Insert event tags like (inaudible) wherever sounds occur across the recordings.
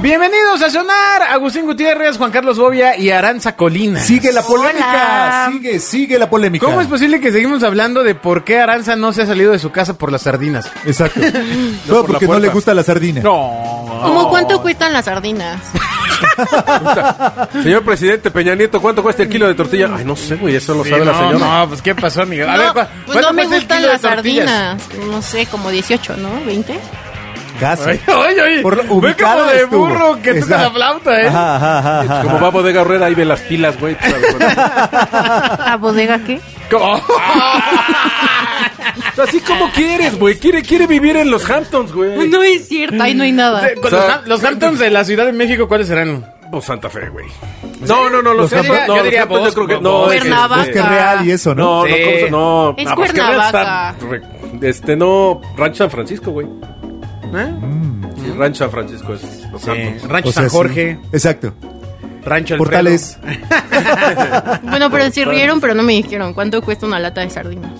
Bienvenidos a Sonar, Agustín Gutiérrez, Juan Carlos Bobia y Aranza Colina. Sigue la polémica, Hola. sigue, sigue la polémica. ¿Cómo es posible que seguimos hablando de por qué Aranza no se ha salido de su casa por las sardinas? (laughs) Exacto. por la Todo porque no puerta. le gusta la sardina. No. ¿Cómo cuánto cuestan las sardinas? Señor presidente Peña Nieto, ¿cuánto cuesta el kilo de tortilla? Ay, no sé, güey, eso lo Sí, sabe la no, señora. no, pues qué pasó, amigo. A no, ver, ¿cuá- pues no cuánto me cuesta el gustan kilo de las tortillas? sardinas. No sé, como 18, ¿no? ¿20? (laughs) Casi. Ay, ay, ay. Por lo- Ve como ubicada de estuvo. burro que toca la Exacto. flauta, ¿eh? Ajá, ajá, ajá, ajá. Como va a Bodega Herrera, ahí ve las pilas, güey. pues, sabe, güey. ¿A bodega qué? (laughs) ¿Cómo? O sea, así como quieres, güey. Quiere, quiere vivir en los Hamptons, Pues güey. (laughs) No es cierto, ahí no hay nada. Con los sea, Ham- los Hamptons de la Ciudad de México, ¿cuáles serán? O Santa Fe, güey. No, no, no, los, Los Hamptons. Hamptons- no, yo los diría Hamptons yo Bosco, creo que no. Bosco. es que- Cuernavaca. Es que real y eso, ¿no? No, no, Sí. ¿cómo se- no. Es Ah, pues, que Cuernavaca. está re- Este, no, Rancho San Francisco, güey. Sí, Rancho San Francisco es los Eh, Hamptons. Rancho O sea, San Jorge, sí. Exacto. Rancho Alfredo. Portales. Bueno, pero se rieron, pero no me dijeron cuánto cuesta una lata de sardinas.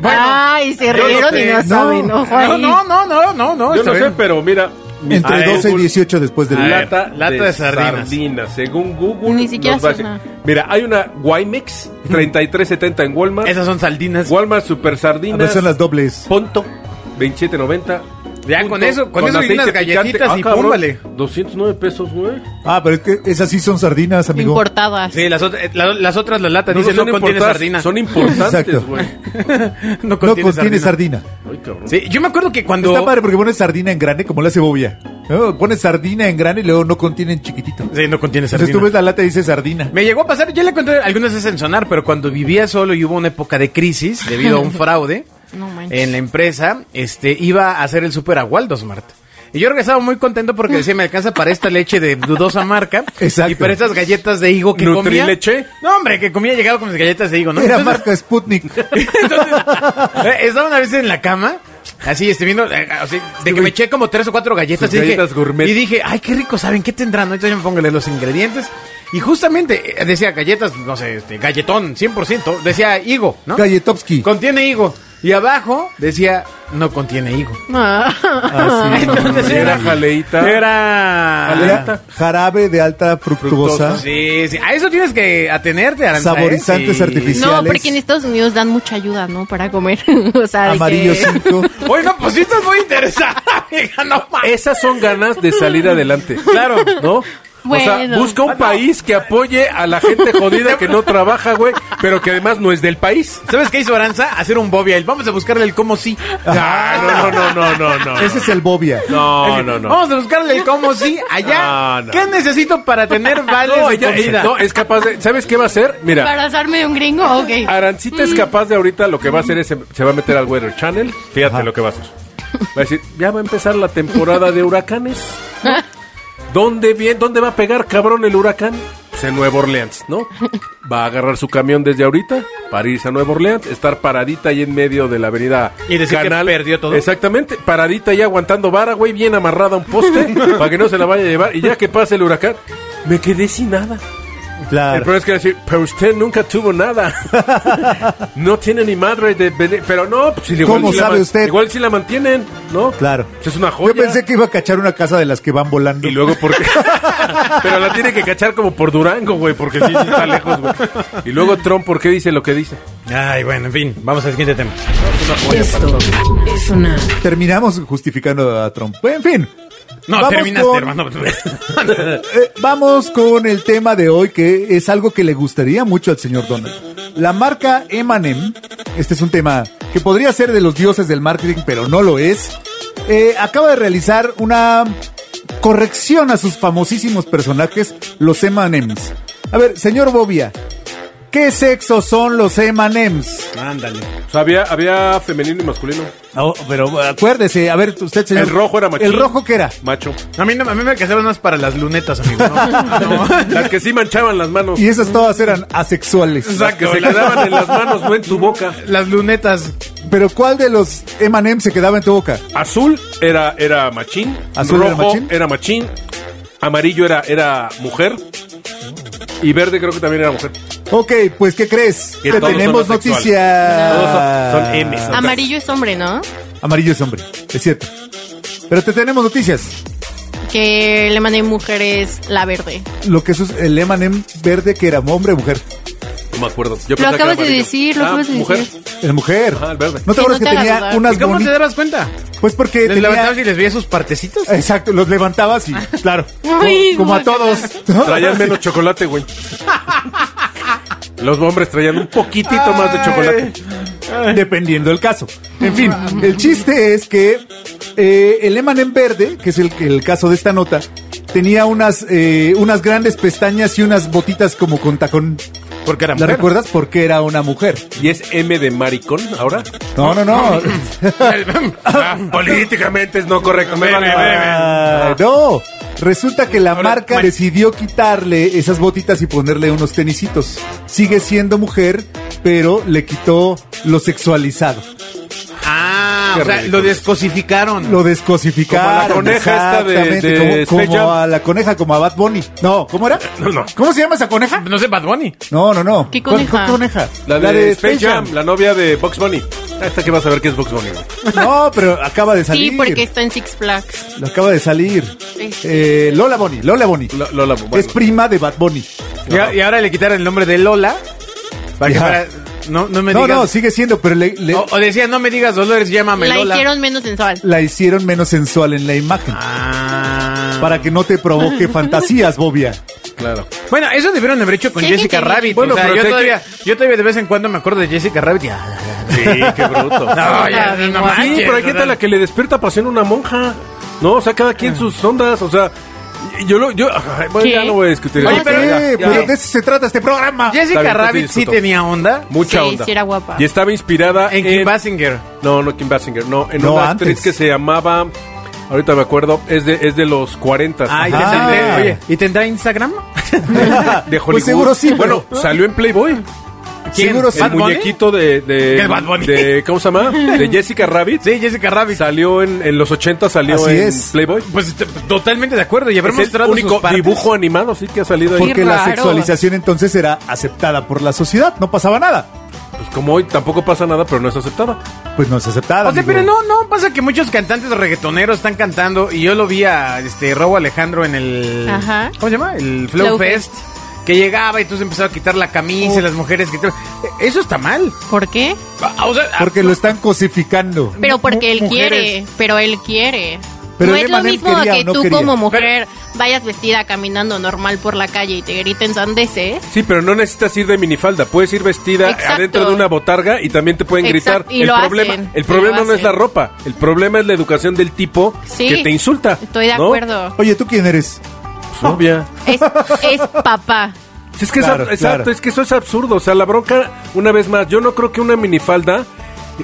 Bueno, Ay, se no rieron sé. y no, No, saben. Ojo No, ahí. no, no, no, no, no. Yo está no sé, bien. pero mira. mi- Entre A ver, 12 Google. y 18 después del... A ver. lata, lata de, de sardinas. sardinas. Según Google. Ni siquiera nos va a suena. decir- Mira, hay una Wimex 3370 en Walmart. Esas son saldinas. Walmart Super A Sardinas. ver, son las dobles. Ponto 2790. Ya, Punto, con eso- con eso y aceite unas picante. Ah, galletitas y cabrón, púmbale. 209 pesos, güey. Ah, pero es que esas sí son sardinas, amigo. Importadas. Sí, las, ot- eh, la- las otras, las latas, No, dicen no no, son contiene importadas, sardinas. (laughs) Son importantes, Exacto. güey. no (laughs) No contiene sardinas. sardina. Ay, cabrón. (laughs) Sí, yo me acuerdo que cuando... Está padre porque pones sardina en grande como la cebolla. ¿no? Pones sardina en grande y luego no contiene en chiquitito. Sí, no contiene Entonces sardina. tú ves la lata y dice sardina. Me llegó a pasar, yo le conté algunas veces en sonar, pero cuando vivía solo y hubo una época de crisis debido (laughs) a un fraude No manches. en la empresa, este, iba a hacer el super a Waldos Mart. Y yo regresaba muy contento porque decía, me alcanza para esta leche de dudosa marca. (laughs) Exacto. Y para estas galletas de higo que comía. Nutrileche. No, hombre, que comía llegado con mis galletas de higo, ¿no? Era Entonces- marca Sputnik. Entonces, eh, estaba una vez en la cama, así, este, viendo, eh, así, de que me eché como tres o cuatro galletas. Sus Y dije, galletas gourmet. y dije, ay, qué rico, ¿saben qué tendrán? no?". Entonces yo me pongo a leer los ingredientes. Y justamente eh, decía galletas, no sé, este, galletón, 100%. Decía higo, ¿no? Galletovsky. Contiene higo. Y abajo decía, no contiene higo. (laughs) Ah. Ah, sí. Entonces Era jaleita. Era... Era jarabe de alta fructuosa. Sí, sí. A eso tienes que atenerte, Aranza, ¿eh? Saborizantes Sí. artificiales. No, porque en Estados Unidos dan mucha ayuda, ¿no? Para comer. (laughs) o sea, de Amarillo que- 5. Oiga, pues sí estás muy interesada, (laughs) amiga, Ah, no mames. Esas son ganas de salir adelante. (laughs) Claro. Ah, ¿No? O sea, Bueno. busca un país que apoye a la gente jodida (laughs) que no trabaja, güey, pero que además no es del país. ¿Sabes qué hizo Aranza? Hacer un Bobby Ail. Vamos a buscarle el cómo sí. Ah, no, no, no, no, no, no. Ese es el bobia. No, no, no. Vamos a buscarle el cómo sí allá. Ah, no. ¿Qué necesito para tener vales No, de ella- comida? no, es capaz de. ¿Sabes qué va a hacer? (laughs) Para Mira, asarme de un gringo, ok. Ah, Arancita es capaz de ahorita lo que va a hacer es se- se va a meter al Weather Channel. Fíjate Ajá. lo que va a hacer. Va a decir, ya va a empezar la temporada de huracanes. ¿no? ¿Dónde, bien, ¿Dónde va a pegar, cabrón, el huracán? Pues en Nueva Orleans, ¿no? Va a agarrar su camión desde ahorita para irse a Nueva Orleans, estar paradita ahí en medio de la avenida Y decir que perdió todo. Exactamente, paradita ahí aguantando vara, güey, bien amarrada a (laughs) un poste para que no se la vaya a llevar. Y ya que pase el huracán, me quedé sin nada. El Claro. problema es que decir, pero usted nunca tuvo nada. (laughs) no tiene ni madre de bene- Pero no, pues igual ¿Cómo sí la sabe man- usted? Igual si la mantienen, ¿no? Claro. Pues es una joya. Yo pensé que iba a cachar una casa de las que van volando. Y luego porque... (laughs) pero la tiene que cachar como por Durango, güey, porque sí, sí está lejos, güey. Y luego Trump, ¿por qué dice lo que dice? Ay, bueno, en fin. Vamos al siguiente tema. Esto es Sonar. Terminamos justificando a Trump. En fin. No, Vamos terminaste, con- hermano. Eh, vamos con el tema de hoy, que es algo que le gustaría mucho al señor Donald. La marca Emanem, este es un tema que podría ser de los dioses del marketing, pero no lo es, eh, acaba de realizar una corrección a sus famosísimos personajes, los Emanems. A ver, señor Bobia, ¿qué sexo son los Emanems? (laughs) Ándale. O sea, había, había femenino y masculino. pero uh, acuérdese, a ver, usted, señor. El rojo era machín. ¿El rojo qué era? (laughs) Macho. A mí, no- a mí me alcanzaron unas para las lunetas, amigo. ¿no? Las que sí manchaban las manos. Y esas todas eran asexuales. Las que se quedaban en las manos, no en tu boca. Las lunetas. Pero ¿cuál de los Emanem se quedaba en tu boca? Azul era, era machín. Azul era rojo era machín. machín. Amarillo era, era mujer. Y verde creo que también era mujer. Ok, pues ¿qué crees? Que Te todos son tenemos asexuales. noticias. Todos son- son Ms. Ah, Amarillo es hombre, ¿no? Amarillo es hombre, es cierto. Pero te tenemos noticias. Que le mandé mujeres la verde. Lo que es el Emanem verde que era hombre o mujer. No me acuerdo. Yo Lo pensaba que acabas era de amarillo. decir, lo Ah, acabas de mujer. (laughs) decir. Era mujer. Ajá, Ah, el verde. ¿No te Sí, acuerdas que no te hagas tenía dudar. unas ¿Y cómo te bonitas? darás cuenta? Pues porque ¿Les tenía... Eh. levantabas y les veías sus partecitas? Exacto, los levantabas (laughs) y claro, Ay, como a guácala. todos. Traían menos chocolate, güey. Los hombres traían un poquitito más de chocolate. Dependiendo del caso. En fin, el chiste es que eh, el Emanem verde, que es el, el caso de esta nota, tenía unas, eh, unas grandes pestañas y unas botitas como con tacón. Porque era ¿La mujer. recuerdas? Porque era una mujer. ¿Y es M de maricón ahora? No, (laughs) no, no. Ah, políticamente es no correcto. Me vale, Ven, verga. Ah, no. Resulta que la Ahora, marca bueno. decidió quitarle esas botitas y ponerle unos tenisitos. Sigue siendo mujer, pero le quitó lo sexualizado. Ah, Qué o sea, ridículo. lo descosificaron. Lo descosificaron. Como la coneja esta de- exactamente, de como, Space como Jam. a la coneja, como a Bad Bunny. No, ¿cómo era? No, no. ¿Cómo se llama esa coneja? No sé, Bad Bunny. No, no, no. ¿Qué ¿Cuál- coneja? cuál coneja? La de, Space Jam, la novia de Box Bunny. Ah, Esta que vas a ver que es Box Bunny. güey. No, pero acaba de salir. Sí, porque Este. está en Six Flags. Acaba de salir. Sí. Eh, Lola Bunny, Lola Bunny. Lo- Lola, Es bueno. prima de Bad Bunny. Y, a- y ahora le quitaron el nombre de Lola. Para que Ya. fuera- no, no me No, digas. no, sigue siendo, pero le, Oh, le- o, o decía, no me digas Dolores, llámame La Lola. hicieron menos sensual. la hicieron menos sensual en la imagen. Ah. Para que no te (laughs) provoque fantasías, Bobia. Claro. Bueno, eso debieron haber hecho con Sí, hay Jessica gente que- Rabbit. Bueno, o sea, pero yo, sé que- todavía, yo todavía de vez en cuando me acuerdo de Jessica Rabbit. Ya. Sí, qué (laughs) bruto. No, ya, Ah, bien no guapa. Sí, manches, pero hay no, gente a no. la que le despierta pasión una monja. No, o sea, cada quien sus ondas, o sea, yo lo, yo, ay, bueno, ¿Qué? ya no voy a discutir. Oye, eso, pero- ya, Eh, ya. pero de eso se trata este programa. Está Jessica bien, Rabbit entonces sí disfruto. tenía onda mucha Sí, onda. sí era guapa. Y estaba inspirada en en, Kim Basinger. no, no Kim Basinger, no, en No, una antes. actriz que se llamaba, ahorita me acuerdo, es de, es de los 40. Ay, Ajá. ya Ah. tendré- oye, ¿y tendrá Instagram? de Hollywood. Pues seguro sí, Bueno, pero- salió en Playboy. ¿Quién? Seguro El sí. Bad Bunny? muñequito de, de, ¿Qué Bad Bunny? de- ¿cómo se llama? De (laughs) Jessica Rabbit. Sí, Jessica Rabbit. Salió en, en los 80, salió Así en es. Playboy. Pues t- totalmente de acuerdo. Y habrá Es el mostrado sus único partes. dibujo animado sí que ha salido ahí. Porque la raro. sexualización entonces era aceptada por la sociedad, no pasaba nada. Pues como hoy tampoco pasa nada, pero no es aceptada. Pues no es aceptada. O sea, amigo. pero no, no, pasa que muchos cantantes reggaetoneros están cantando y yo lo vi a este Raúl Alejandro en el Ajá. ¿cómo se llama? El Flow, Flow Fest, que llegaba y tú se empezaba a quitar la camisa y las mujeres que eh, eso está mal. ¿Por qué? Ah, o sea, ah, Porque lo están cosificando. Pero porque él mujeres. quiere, pero él quiere. Pero no el es lo Emanem mismo quería, que no tú quería. como mujer vayas vestida caminando normal por la calle y te griten sandeces. Sí, pero no necesitas ir de minifalda, puedes ir vestida Exacto. adentro de una botarga y también te pueden gritar. Exacto, y el lo problema, hacen, el y problema lo no es la hacen. ropa, el problema es la educación del tipo Sí, que te insulta. Estoy de ¿no? acuerdo. Oye, ¿tú quién eres? Pues, obvia. Es, es papá. Sí, es que Claro, es, ab- exacto, claro. es que eso es absurdo. O sea, la bronca, una vez más, yo no creo que una minifalda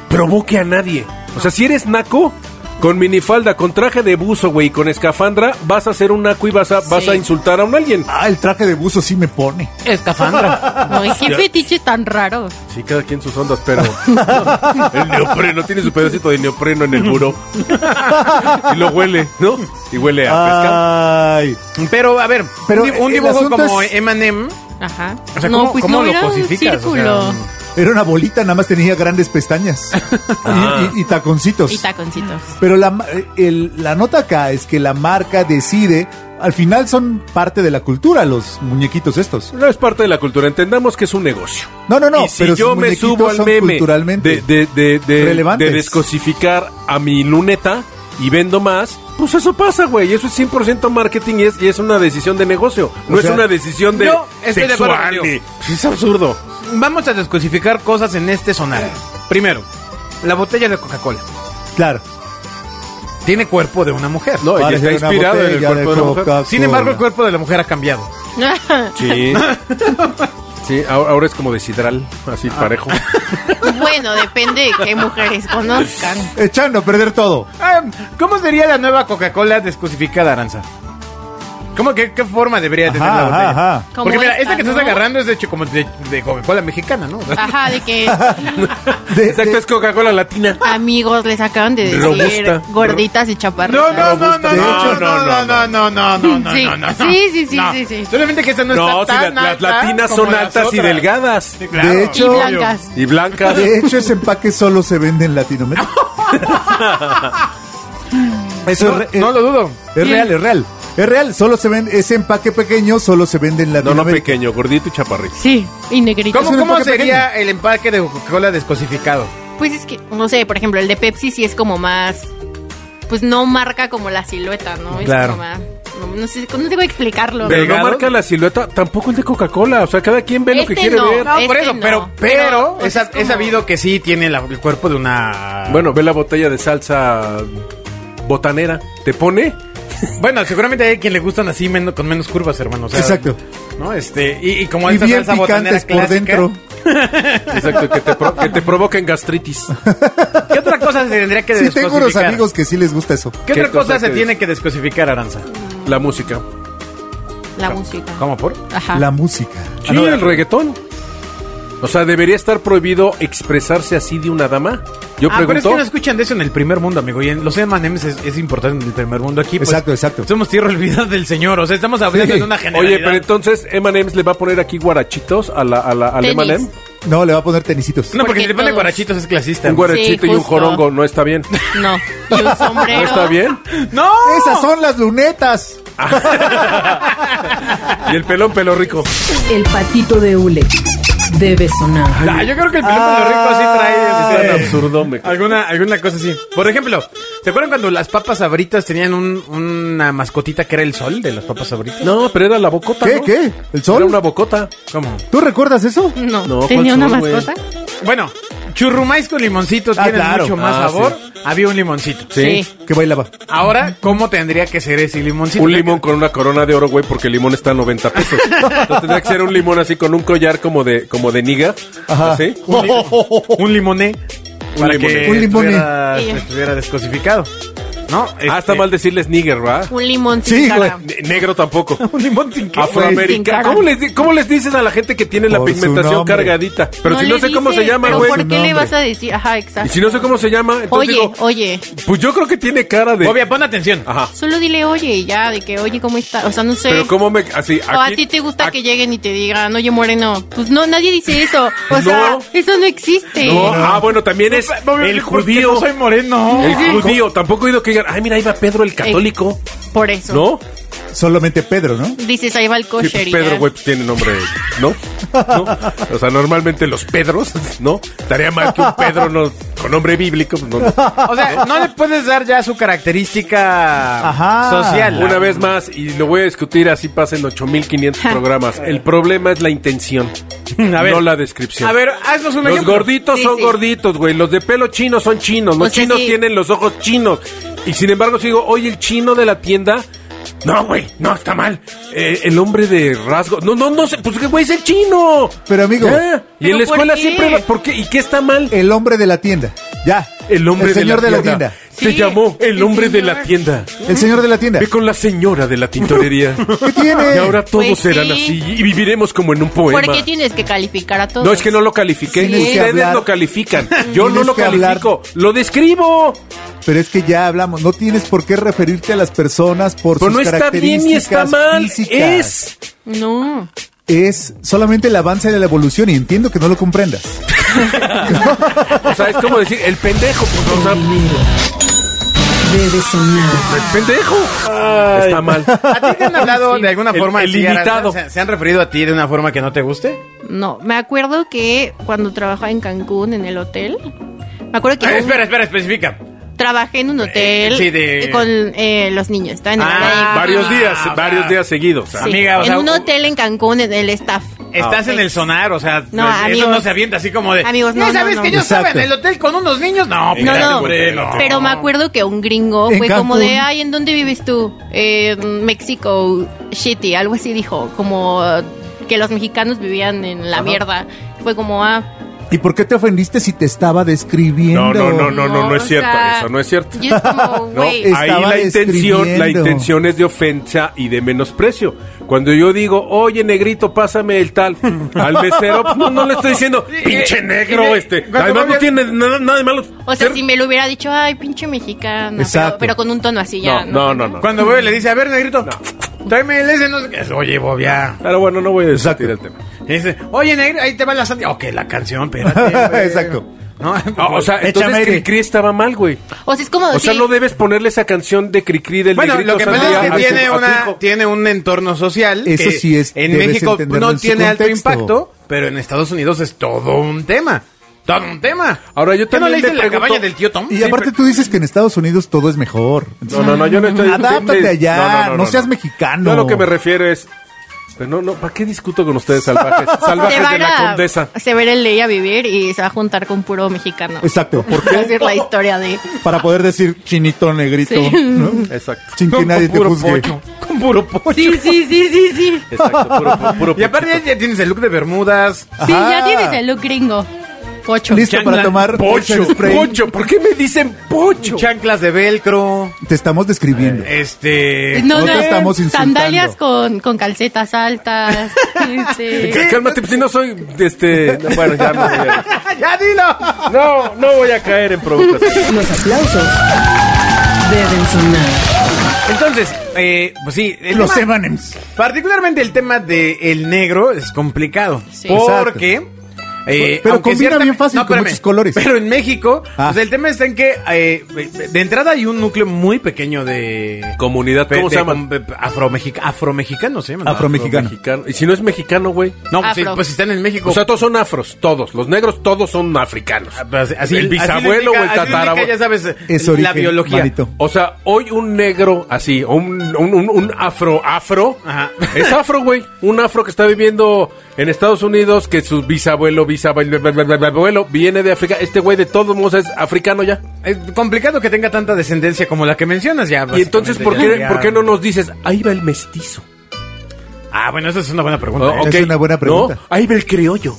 provoque a nadie. O sea, si eres naco, con minifalda, con traje de buzo, güey, y con escafandra, vas a ser un naco y vas a, vas Sí. a insultar a un alguien. Ah, el traje de buzo sí me pone. escafandra. Ay, qué fetiche tan raro. Sí, cada quien sus ondas, pero. (laughs) el neopreno, tiene su pedacito de neopreno en el (laughs) muro. y lo huele, ¿no? Y huele a Ay. Pero a ver, Pero un, di- un el dibujo asunto como es- Eminem, Ajá. pues o sea, ¿cómo, cómo lo era un cosificas? O sea, círculo. Era una bolita, nada más tenía (laughs) grandes pestañas. Ah. Y, y- y pues taconcitos. Y taconcitos. (laughs) Pero la, ma- eh, el- la nota acá es que la marca decide, al final son parte de la cultura los muñequitos estos. pescar. No es parte de la cultura, entendamos que es un negocio. No, no, no, y si pero yo sus me muñequitos subo al son meme culturalmente de, de, de, de, relevantes. de descosificar a mi luneta y vendo más, pues eso pasa, güey. Eso es 100% marketing y es, y es una decisión de negocio. No O es sea, una decisión de yo estoy de acuerdo sexual. contigo. ni- es absurdo. vamos a descosificar cosas en este sonar. Primero, la botella de Coca-Cola Claro. tiene cuerpo de una mujer. No, y Parece está una inspirado en el botella de cuerpo de, la mujer. Coca-Cola. Sin embargo, el cuerpo de la mujer ha cambiado. (laughs) Sí. Sí, ahora, ahora es como de sidral, así Ah. parejo. bueno, depende de qué mujeres conozcan. Echando a perder todo. Ah, ¿Cómo sería la nueva Coca-Cola descosificada, Aranza? ¿Cómo que qué forma debería tener Ajá, la botella? ajá, ajá. Como Porque mira, esta, esta, que ¿no? estás agarrando es de hecho como de, de Coca-Cola mexicana, ¿no? O (laughs) sea, Ajá, de que De- (laughs) Exacto, de- es Coca-Cola latina. amigos les acaban de decir Robusta. gorditas y No, chaparritas. no, no, no, no, robusta. De hecho, no, no, no, no, no, no, no, Sí. no, no. Sí, sí, sí, No. sí, sí. Solamente que esta (laughs) no, No, si está la- tan las alta latinas como son las altas y otras. delgadas. Sí, claro. De y hecho- blancas. Y blancas. De hecho, ese empaque solo se vende en (laughs) Latinoamérica. (laughs) Eso es, re- eh, No lo dudo. es real, es real. Es real, solo se vende, ese empaque pequeño solo se vende en No, no Latinoamérica. pequeño, gordito y chaparrito. Sí, y negritas. ¿Cómo, un cómo empaque sería el empaque de Coca-Cola descosificado? Pues es que, no sé, por ejemplo, el de Pepsi sí es como más. Pues no marca como la silueta, ¿no? Es Claro. como más- no, no sé, no tengo que explicarlo. Pero no ¿Delgado? marca la silueta, tampoco el de Coca-Cola. O sea, cada quien ve lo que Este quiere no. ver. No, por Este eso, no. pero, pero, Pero, es, pues, sab- es es como- sabido que sí tiene la- el cuerpo de una... Bueno, ve la botella de salsa botanera. ¿Te pone? Bueno, seguramente hay quien le gustan así men- con menos curvas, hermano. o sea, Exacto. ¿No? Este, y, y como Y esta bien salsa botanera picantes por clásica. dentro. Exacto, que te, pro- que te provoquen gastritis. ¿Qué otra cosa se tendría que (laughs) Sí, tengo unos descosificar? amigos que sí les gusta eso. ¿Qué, ¿Qué otra cosa, cosa se que- tiene que descosificar, Aranza? La música. La música. ¿Cómo por? Ah, Ajá. La música. Sí, el reggaetón. O sea, ¿debería estar prohibido expresarse así de una dama? Yo ah, pero es pregunto. que no escuchan de eso en el primer mundo, amigo. Y en los M&M's es, es importante en el primer mundo. Aquí, pues, Exacto, exacto. Somos tierra olvidada del señor. O sea, estamos hablando Sí. de una (laughs) Oye, generalidad. pero entonces M&M's le va a poner aquí guarachitos a la, a la, al Tenis. M&M. No, le va a poner tenisitos. No, porque Porque si le ponen todos- guarachitos es clasista. Un guarachito Sí, y un justo. jorongo no está bien. No. Y un sombrero. (laughs) ¿No está bien? ¡No! Esas son las lunetas. Y el pelón pelo rico. El patito de hule debe sonar. Ah, yo creo que el pelón de rico sí Ah, trae... Es tan este, absurdo, me- Alguna, alguna cosa así. Por ejemplo, ¿se acuerdan cuando las papas abritas tenían un- una mascotita que era el sol de las papas abritas? No, pero era la bocota. ¿Qué? ¿no? ¿Qué? ¿El sol? Era una bocota. ¿Cómo? ¿Tú recuerdas eso? No. No, ¿Tenía ¿cuál una son, güey? mascota? Bueno, churrumais con limoncito Ah, tienen claro. mucho más Ah, sabor. Había un limoncito. Sí. Que bailaba. Ahora, ¿cómo tendría que ser ese limoncito? Un limón con una corona de oro, güey, porque el limón está a 90 (laughs) pesos. Entonces tendría que ser un limón así con un collar como de, como de niga. Ajá. Así. Un, li- un limoné. Un para limoné. que Un limoné. Estuviera, Sí. estuviera descosificado. ¿No? Ah, está Este, mal decirles nigger, ¿verdad? Un limón Sí, sin güey. cara. Ne- negro tampoco. Un limón sin que- Sin Afroamericano. cara. ¿Cómo les, di- ¿Cómo les dices a la gente que tiene la Por su pigmentación nombre. cargadita? Pero si le no sé cómo dices, se llama, pero güey. ¿Por qué le Nombre. vas a decir? Ajá, Y exacto. si no sé cómo se llama, entonces Oye, digo, oye. pues yo creo que tiene cara de. Ah. Obvia, pon atención. Ajá. Solo dile oye y ya, de que oye, ¿cómo está? O sea, no sé. Pero cómo me. Así. o a aquí- ti te gusta a- que lleguen y te digan, oye, moreno. Pues no, nadie dice eso. O sea, No. eso no existe. No, ah, bueno, también es el judío. No soy (laughs) moreno. El judío. Tampoco he oído que digan, ay, mira, ahí va Pedro el católico. Por eso. ¿No? Solamente Pedro, ¿no? Dices, ahí va el Sí, kosher. pues y Pedro, ya. güey, pues tiene nombre, ¿no? ¿no? O sea, normalmente los Pedros, ¿no? Estaría mal que un Pedro no, con nombre bíblico, pues, no, no. O sea, no le puedes dar ya su característica Ajá. social. Una vez más, y lo voy a discutir así pasa en 8500 programas. El problema es la intención, (laughs) A ver. no la descripción. A ver, haznos un los ejemplo. gorditos Sí, son sí. gorditos, güey. Los de pelo chino son chinos. Los O sea, chinos sí. tienen los ojos chinos. Y sin embargo, si digo, oye, el chino de la tienda. No, güey, no, está mal. Eh, el hombre de rasgo. No, no, no sé. Pues, güey, es el chino. Pero, amigo. Ya. Y ¿Pero en la por escuela qué? siempre. lo- ¿Por qué? ¿Y qué está mal? El hombre de la tienda. Ya. El hombre El señor de la tienda. Se Sí, llamó el el hombre de la señor. tienda. El señor de la tienda. (laughs) Ve con la señora de la tintorería. (laughs) ¿Qué tiene? (laughs) Y ahora todos Pues sí. serán así y viviremos como en un poema. ¿Por qué tienes que calificar a todos? No, es que no lo califiqué. Tienes que Ustedes hablar. (laughs) lo califican. Yo no Tienes lo que hablar. Pues califico. Lo describo. Pero es que ya hablamos. No tienes por qué referirte a las personas por Pero sus no está bien ni está características mal. físicas. Es. No. Es solamente el avance de la evolución y entiendo que no lo comprendas. O sea, es como decir, el pendejo, pues, o sea, el Primero debe sonar. pendejo. Está mal. ¿A ti te han hablado de alguna (laughs) El- forma el así, limitado. Aranza? ¿Se, se han referido a ti de una forma que no te guste? No, me acuerdo que cuando trabajaba en Cancún en el hotel, me acuerdo que Ah, Eh, un- espera, espera, especifica. trabajé en un hotel Eh, sí, de- con eh, los niños, estaba en el Ah, área de- varios días, o sea, varios días seguidos. Sí, amiga, o en sea, un u- hotel en Cancún en el staff. Estás Ah, en ok. el sonar, o sea, pues, No, eso amigos. no se avienta así como de. Amigos, no, ¿No sabes no, que no. yo estaba en Exacto. el hotel con unos niños? No, No, espérate, no, moreno. pero me acuerdo que un gringo En fue como Cancún. de, ay, ¿en dónde vives tú? En México, shitty, algo así dijo, como que los mexicanos vivían en la mierda. Fue como, ah, Y ¿Y por qué te ofendiste si te estaba describiendo? No, no, no, no, no, no es o cierto. sea, Eso no es cierto. Y es como, (laughs) No, güey. ahí Estaba la intención, la describiendo. intención es de ofensa y de menosprecio. Cuando yo digo, oye negrito, pásame el tal al mesero, pues, no, no le estoy diciendo, pinche negro, y- este. cuando Además no vayas- tiene nada, nada de malo. O sea, ser- si me lo hubiera dicho, ay, pinche mexicana. Exacto. Pero, pero con un tono así ya. no, no, no, no. pues, Cuando veo le dice, a ver, negrito, tráeme el ese, no sé qué. Oye, Bob, ya. Pero bueno, no voy a discutir el tema. Y dice, oye, negrito, ahí te va la sandía. Ok, la canción, (laughs) espérate. güey. (laughs) Exacto. No, Ah, o sea, Échame entonces aire. Cricri estaba mal, güey. O sea, es como. O sea, Oh, sí. no debes ponerle esa canción de Cricri del Bueno, negrito lo que pasa es sandía que a tu- tiene, a tu una, hijo. tiene un entorno social. Eso que sí es- En debes México entenderlo no en su tiene alto contexto. impacto, pero en Estados Unidos es todo un tema. Todo un tema. Ahora, yo ¿Qué no le también le dicen la pregunto- cabaña del tío Tom? Y Sí, aparte pero- tú dices que en Estados Unidos todo es mejor. No, no, no, yo no estoy Adáptate allá, no seas mexicano. Yo a lo que me refiero es. Pero no, no, ¿para qué discuto con ustedes (laughs) salvajes? se Salvajes van de la a- condesa. Se va a ir el ley a vivir y se va a juntar con puro mexicano. Exacto. ¿Por (laughs) Va a qué? decir la historia de. Para poder decir chinito negrito, Sí. ¿no? Exacto. Sin que Con nadie te puro juzgue. pocho, Con puro pocho. Sí, sí, sí, sí, sí. Exacto, puro, puro, puro Y aparte ya, ya tienes el look de Bermudas. Sí, Ajá. ya tienes el look gringo. Pocho. Listo para tomar pocho, Ocean Spray. pocho, ¿por qué me dicen pocho? Chanclas de velcro. Te estamos describiendo. Eh, Este. No, No te no, estamos insultando. sandalias con, con calcetas (laughs) altas. este, Cá- Cálmate, pues, si no soy, este, no, bueno, ya no voy a, ¡Ya dilo! no, no voy a caer en provocación. Los aplausos deben sonar. Entonces, eh, pues sí. el Los tema- Emanems. Particularmente el tema del el negro es complicado. Sí. Porque. eh, Pero aunque combina bien fácil con muchos colores. Pero en México, Ah. pues el tema está en que eh, de entrada hay un núcleo muy pequeño de. Comunidad, ¿cómo de- se llaman? de- afromexic- afromexicano se llama. Afro- Afromexicano. Afromexicano. Y si no es mexicano, güey. No, pues, sí, Afro. pues si están en México. O sea, todos son afros, todos. Los negros, todos son africanos. pues, así- el así bisabuelo le indica- así le o el indica, tatarabuelo. Ya sabes, Es la origen, biología. manito. O sea, hoy un negro así, o un, un, un- un afro, afro, Ajá. es afro, güey. Un afro que está viviendo en Estados Unidos, que su bisabuelo, bisabuelo, bla, bla, bla, bla, abuelo, viene de África. Este güey de todos modos es africano ya. Es complicado que tenga tanta descendencia como la que mencionas ya. Y entonces, ¿por básicamente, qué, ya- ¿por qué no nos dices, ahí va el mestizo? Ah, bueno, esa es una buena pregunta. Ah, ¿eh? ok. es una buena pregunta. No, ahí va (laughs) el criollo.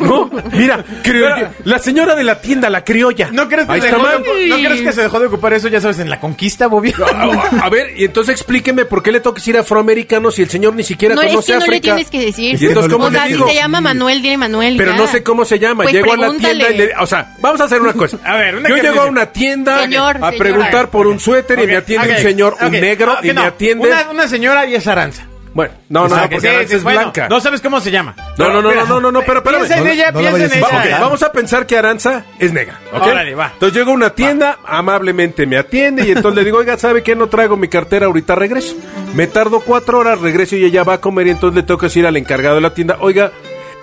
no, mira, criollo. La señora de la tienda, la criolla. ¿No crees, que ahí se está dejó de mal. ocu- ¿No crees que se dejó de ocupar eso, ya sabes, en la conquista, (laughs) Bobby? (laughs) A a ver, y entonces explíqueme por qué le tengo que decir afroamericano si el señor ni siquiera no, conoce es que no le África. tienes que decir. Y entonces, que no ¿cómo o le sea, si digo? te llama Manuel, dile Manuel. Pero ya. no sé cómo se llama. Pues Llego a pregúntale. la tienda y le. O sea, vamos a hacer una cosa. A ver, un Yo ejercicio. llego a una tienda Señor, a señor. preguntar por un suéter Ok, y me atiende ok, un señor, ok. un negro Ah, que y no, me atiende. Una, una señora y es Aranza. Bueno, no, O no, sea, no, que porque sí, Aranza sí, es bueno, blanca. No sabes cómo se llama. No, no, no, espera. no, no, no, pero espérame. Piensa en No, ella, no la piensa en vayas a ella. Va- ok, ya. vamos a pensar que Aranza es negra. ¿ok? Órale, va. Entonces llego a una tienda, amablemente me atiende y entonces le digo, oiga, ¿sabe qué? No traigo mi cartera, ahorita regreso. Me tardo cuatro horas, regreso y ella va a comer y entonces le tengo que decir al encargado de la tienda, oiga,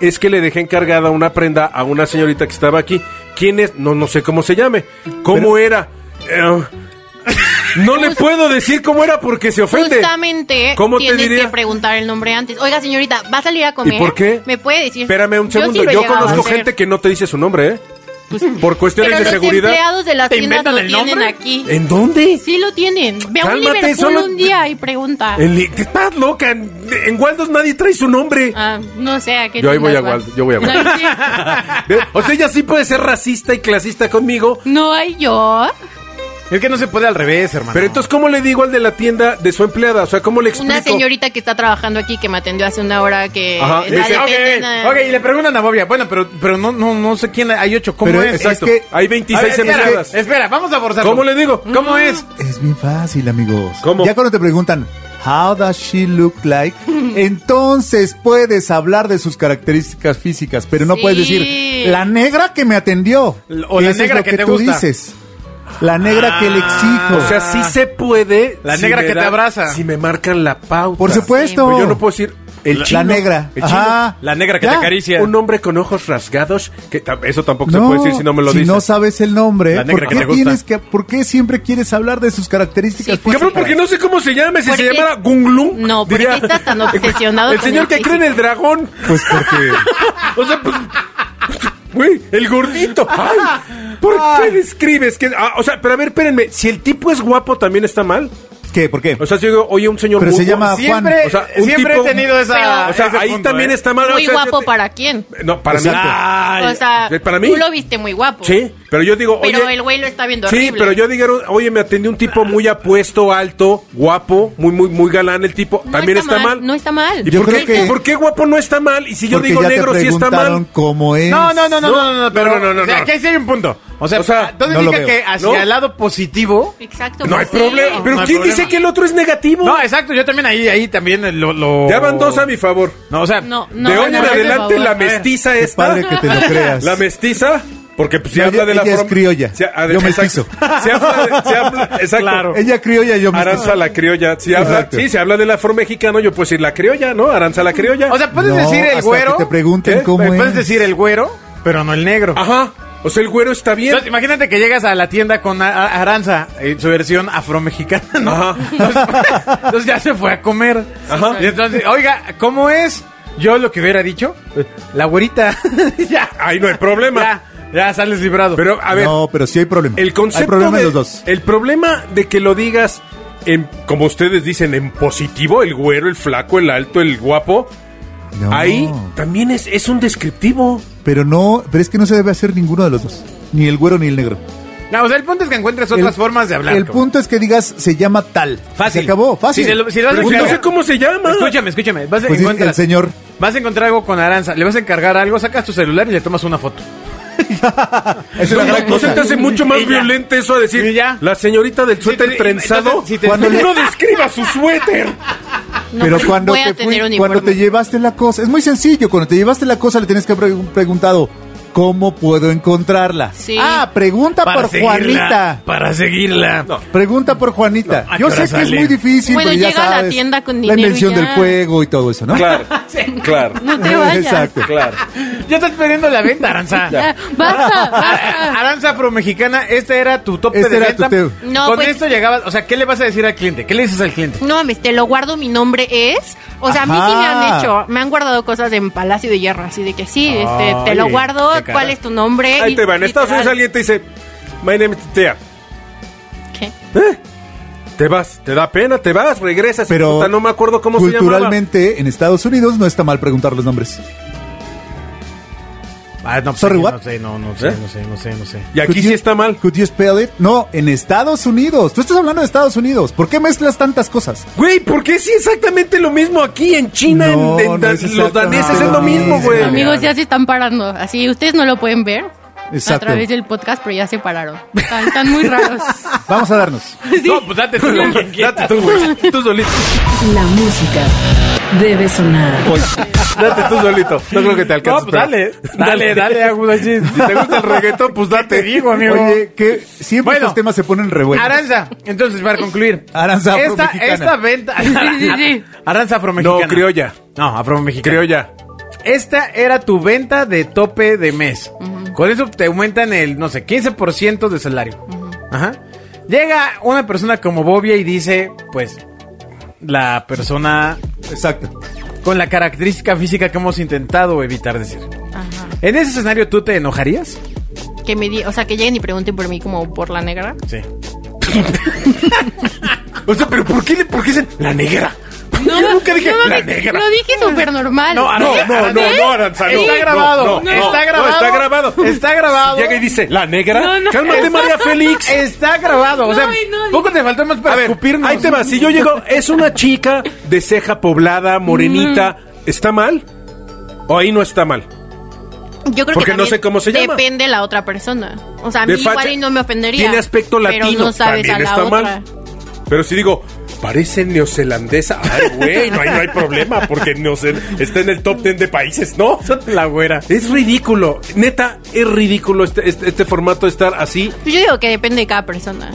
es que le dejé encargada una prenda a una señorita que estaba aquí. ¿Quién es? No, no sé cómo se llame. ¿Cómo era? Eh, no le puedo decir cómo era porque se ofende. Justamente ¿Cómo te tienes diría? que preguntar el nombre antes. Oiga, señorita, ¿va a salir a comer? ¿Y por qué? ¿Me puede decir? Espérame un sí segundo, lo he yo, llegado a conozco hacer. gente que no te dice su nombre, ¿eh? Por cuestiones Pero de los seguridad. empleados de las ¿Te tiendas inventan lo el tienen nombre? aquí. ¿En dónde? Sí lo tienen. Ve a un Cálmate, Liverpool solo- un día y pregunta. En Li- estás loca. En, en Waldos nadie trae su nombre. Ah, no sé, ¿a qué Yo ahí voy tiendas a vas? Waldo, yo voy a Waldo. No, sí. Ah. ¿Ve? O sea, ella sí puede ser racista y clasista conmigo. No hay yo. Es que no se puede al revés, hermano. Pero entonces, ¿cómo le digo al de la tienda de su empleada? O sea, ¿cómo le explico? Una señorita que está trabajando aquí que me atendió hace una hora que Ajá, la dice, Ok, dependen a- ok, y le preguntan a Bobia. Bueno, pero, pero no, no, no sé quién hay ocho. ¿Cómo Pero es? es Exacto. que- Hay A 26 ver, espera, empleadas. espera, vamos a forzarlo. ¿Cómo le digo? Mm. ¿Cómo es? Es bien fácil, amigos. ¿Cómo? Ya cuando te preguntan, How does she look (laughs) like? Entonces puedes hablar de sus características físicas, pero no Sí. puedes decir la negra que me atendió. L- o la Eso negra es lo que que, te tú gusta. dices. La negra que le exijo. Ah, O sea, sí se puede. La si negra me que te abraza. Si me marcan la pauta. Por supuesto. Pero Pues yo no puedo decir el La- chino. la negra. El chino. Ajá. La negra que Ya, te acaricia. Un hombre con ojos rasgados. que tam- Eso tampoco se puede decir si no me lo si dices. no sabes el nombre, La negra ¿por que qué, te gusta. tienes que, ¿por qué siempre quieres hablar de sus características Sí, pues, Cabrón, físicas? porque no sé cómo se llama. Si ¿Por se qué? llamara Gunglung. No, ¿por qué diría- estás tan obsesionado (laughs) El con señor el que cree en el físico? dragón. Pues porque... (laughs) O sea, pues. Güey, el gordito. Ay, ¿Por qué describes que.? ah, o sea, pero a ver, espérenme. Si el tipo es guapo, también está mal. ¿Qué? ¿Por qué? O sea, si yo oye un señor Pero se muy- llama- Siempre, O sea, un siempre tipo- he tenido esa. O sea, ese ahí punto, también ¿eh? está mal. Muy o sea, yo guapo te- para quién. No, para mí. Exacto. Ay, o sea, ¿eh, para mí? tú lo viste muy guapo. Sí, pero yo digo, oye. Pero el güey lo está viendo Sí, horrible. pero yo digo, oye, me atendió un tipo muy apuesto, alto, guapo, muy, muy, muy galán el tipo. No También está, mal. No está mal. ¿Y Yo por, creo qué, que- y por qué guapo no está mal? Y si yo Porque digo ya negro, te sí está preguntaron mal. cómo es. No, no, no, no, No, no, no, no, pero. no, no, no, o sea, no. aquí sí hay un punto. O sea, O sea, entonces no lo indica veo. que hacia No. el lado positivo. Exacto. pues No hay sí. problema. Pero No hay ¿quién problema. dice que el otro es negativo? No, exacto, yo también ahí, ahí también lo, lo- Ya van dos a mi favor. No, o sea, No, no. de hoy en por adelante, favor. la mestiza Qué esta. padre que (laughs) te lo creas. La mestiza, porque pues si No, habla ella- de la ella es forma- criolla. Si ha- Yo exacto. mestizo. Si habla, de- si (laughs) (laughs) habla- exacto. Claro. Ella criolla, yo mestizo. Aranza la criolla. Si habla, Exacto. sí, se habla del afro mexicano, yo puedo decir la criolla, ¿no? Aranza la criolla. O sea, puedes No, decir el hasta güero. ¿eh? que te pregunten ¿Qué? cómo puedes es. decir el güero, pero no el negro. Ajá. O sea, el güero está bien. Entonces, imagínate que llegas a la tienda con a- a- Aranza, en su versión afromexicana, ¿no? Ajá. Entonces, entonces ya se fue a comer. Ajá. Y entonces, oiga, ¿cómo es? Yo lo que hubiera dicho, la güerita. (laughs) ya. Ahí no hay problema. Ya, ya sales librado. Pero, a ver, No, pero sí hay problema. el concepto. Hay problema de, eh, de los dos. El problema de que lo digas, en, como ustedes dicen, en positivo, el güero, el flaco, el alto, el guapo. No. Ahí también es, es un descriptivo. Pero no, pero es que no se debe hacer ninguno de los dos. Ni el güero ni el negro. no, o sea, el punto es que encuentres El- otras formas de hablar. El cabrón. punto es que digas, se llama tal. Fácil. Se acabó, fácil. Si se lo- si lo vas a Pero Pregunta- no sé cómo se llama. Escúchame, escúchame. Vas a Pues es encontrar pues el señor. Vas a encontrar algo con Aranza, le vas a encargar algo, sacas tu celular y le tomas una foto. Es No, una no, gran no se cosa. te hace mucho más Y ya. violento eso a decir Y ya. la señorita del suéter te- trenzado? entonces, si te- Cuando le- no describa su suéter. No, pero pues, cuando, voy a te, tener fui- un cuando informe. te llevaste la cosa, es muy sencillo, cuando te llevaste la cosa le tienes que haber pregun- preguntado, ¿cómo puedo encontrarla? Sí. Ah, pregunta por Juanita. Para seguirla. Pregunta por Juanita. ah, No, ¿a Yo qué hora sé que es sale? muy difícil, Bueno, pero ya llega a la sabes. tienda con La dinero y invención ya. del juego y todo eso, (laughs) ¿no? Claro, claro, No (laughs) te vayas. Exacto. claro. Ya estás perdiendo la venta, (laughs) Aranza. Ya, (laughs) Basta, basta. A- Aranza afromexicana, este era tu tope Este de era venta. tu teo. No, Con pues- esto llegabas, o sea, ¿qué le vas a decir al cliente? ¿Qué le dices al cliente? No, mames, te lo guardo, mi nombre es. O sea, a mí sí me Ajá. han hecho, me han guardado cosas en Palacio de Hierro, así de que sí, este, te lo Ay, guardo, qué cara. ¿cuál es tu nombre? Ahí Y- te van. En y Estados te dan- Unidos alguien te dice, my name is Tea. ¿Qué? Te vas, te da pena, te vas, regresas. Pero puta, no me acuerdo cómo se llamaba. culturalmente en Estados Unidos no está mal preguntar los nombres. Ah, no, pues, Sorry, aquí what? no sé, no, no sé, ¿Eh? no sé, no sé, (laughs) no sé. Y aquí Could sí you- está mal. Could you spell it? No, en Estados Unidos. Tú estás hablando de Estados Unidos. ¿Por qué mezclas tantas cosas? Güey, ¿por qué sí exactamente lo mismo aquí en China? en- No, en no da- es los exactamente daneses lo es lo mismo, mismo. güey. Amigos, ya se están parando. Así, ustedes no lo pueden ver a Exacto. través del podcast, pero ya se pararon. Están, están muy (laughs) raros. Vamos a darnos. No, pues date (laughs) tú, güey. Date tú, güey. Tú solito. La música debe sonar. Date tú solito. No creo que te No, alcances. pues pero- (laughs) dale, dale, dale, Agus, así. Si te gusta el reggaetón, pues date. Te digo, amigo. Oye, que siempre Bueno. estos temas se ponen revueltos. Aranza, entonces para concluir. Aranza esta, afromexicana. esta venta. sí, sí. (laughs) Aranza afromexicana. No, criolla. No, afromexicana. Criolla. Esta era tu venta de tope de mes. Con eso te aumentan el, no sé, 15% de salario. Ajá. Llega una persona como Bobia y dice, pues, la persona Exacto. con la característica física que hemos intentado evitar decir. Ajá. ¿En ese escenario tú te enojarías? Que me di- o sea, que lleguen y pregunten por mí como por la negra. Sí. (laughs) o sea, pero ¿por qué, le- por qué dicen la negra? Yo nunca dije no la mames, negra. Lo dije súper normal. No, no, ¿Eh? no, no, ¿Eh? no, Aranza, no. Está Sí. grabado, No, no, está no, grabado. no, está grabado. Está grabado. Llega y dice, ¿la negra? No, no. Cálmate, María Félix. Está grabado. O sea, No, ay, no, poco te faltó más para A ver, escupirnos. ahí te va. Si yo llego, es una chica de ceja poblada, morenita, Mm. ¿está mal? ¿O ahí no está mal? Yo creo Porque que no sé también cómo se llama. Depende la otra persona. O sea, a mí De facha- igual y no me ofendería. Tiene aspecto latino. Pero no sabes también a la está otra. mal. Pero si digo, parece neozelandesa. Ay, güey, no hay, no hay problema porque neozel está en el top 10 de países, ¿no? La güera. Es ridículo. Neta, es ridículo este, este, este formato de estar así. Pues Yo digo que depende de cada persona.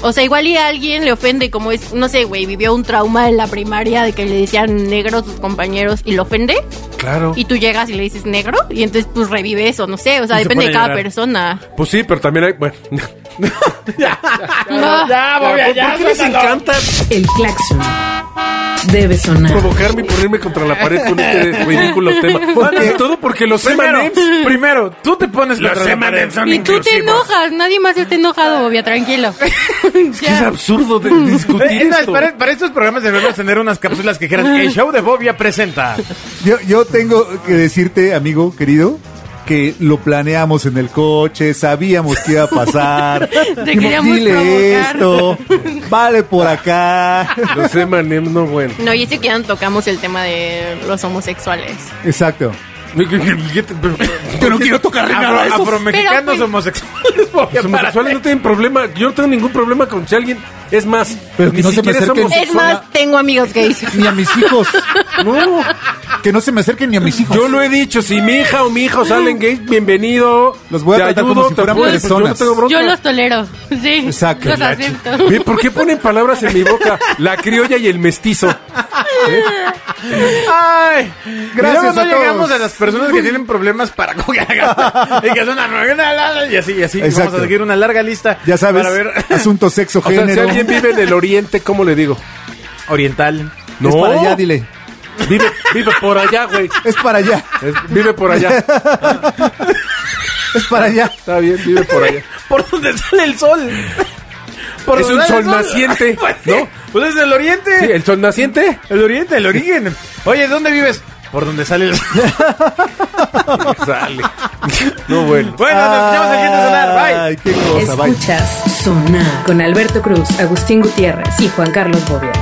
O sea, igual y a alguien le ofende como es, no sé, güey, vivió un trauma en la primaria de que le decían negro a sus compañeros y lo ofende. Claro. Y tú llegas y le dices negro y entonces pues revive eso, no sé. O sea, Y se pone depende de a cada llorar. persona. Pues sí, pero también hay. Bueno. Ah, Ya, Bobia, ¿Por Ah, ya, qué les suéltalo. encanta? El claxon debe sonar. provocarme y ponerme contra la pared con (laughs) este ridículo tema. Bueno, y todo porque los Primero, M&M's primero, tú te pones Los contra la pared. M&M's son Y tú te enojas, nadie más está enojado, (laughs) Bobia, tranquilo. que es ya. absurdo de discutir Eh, es más, esto. para, para estos programas debemos tener unas cápsulas que dijeran El show de Bobia (laughs) presenta Yo, yo tengo que decirte, amigo querido, que lo planeamos en el coche, sabíamos que iba a (laughs) pasar. Dijimos, queríamos provocar". esto, vale por (laughs) acá. Los M&M's no (laughs) bueno. No, y eso que ya no tocamos el tema de los homosexuales. Exacto. Yo afro, afromexicanos Pero, pues, homosexuales. Bobia, Los homosexuales no tienen problema. Yo no tengo ningún problema con si alguien. Es más, Pero que ni no se me siquiera acerquen. somos. Es más, tengo amigos gays. Ni a mis hijos. No, Que no se me acerquen ni a mis hijos. yo lo he dicho. Si mi hija o mi hijo salen gays, bienvenido. Los voy a Te tratar como si te fueran apoyo, pues personas. Yo no tengo bronca. Yo los tolero, sí. Exacto. Los La acepto. Ve, ¿Por qué ponen palabras en mi boca? La criolla y el mestizo. ¿Eh? (laughs) Ay, Gracias gracias. no a todos. llegamos a las personas que tienen problemas (laughs) para coger y que son una, una larga- y así y así. Exacto. Vamos a seguir una larga lista. Ya sabes, Para ver asunto sexo, (laughs) O sea, si género. alguien vive en el oriente, ¿cómo le digo? oriental. Es para allá, dile. Vive, vive por allá, güey. Es para allá. Es- vive por allá. Es para allá. Está bien, vive por allá. Por donde sale el sol. Por Es donde un sale el sol naciente, (laughs) Pues, ¿no? Pues es el oriente. Sí, el (laughs) sol naciente. El oriente, el origen. Oye, ¿dónde vives? Por donde sale el sol. Sale. No, bueno. Bueno, nos escuchamos el siguiente sonar. Bye. Ay, qué cosa, bye. Escuchas Sonar con Alberto Cruz, Agustín Gutiérrez y Juan Carlos Bobia.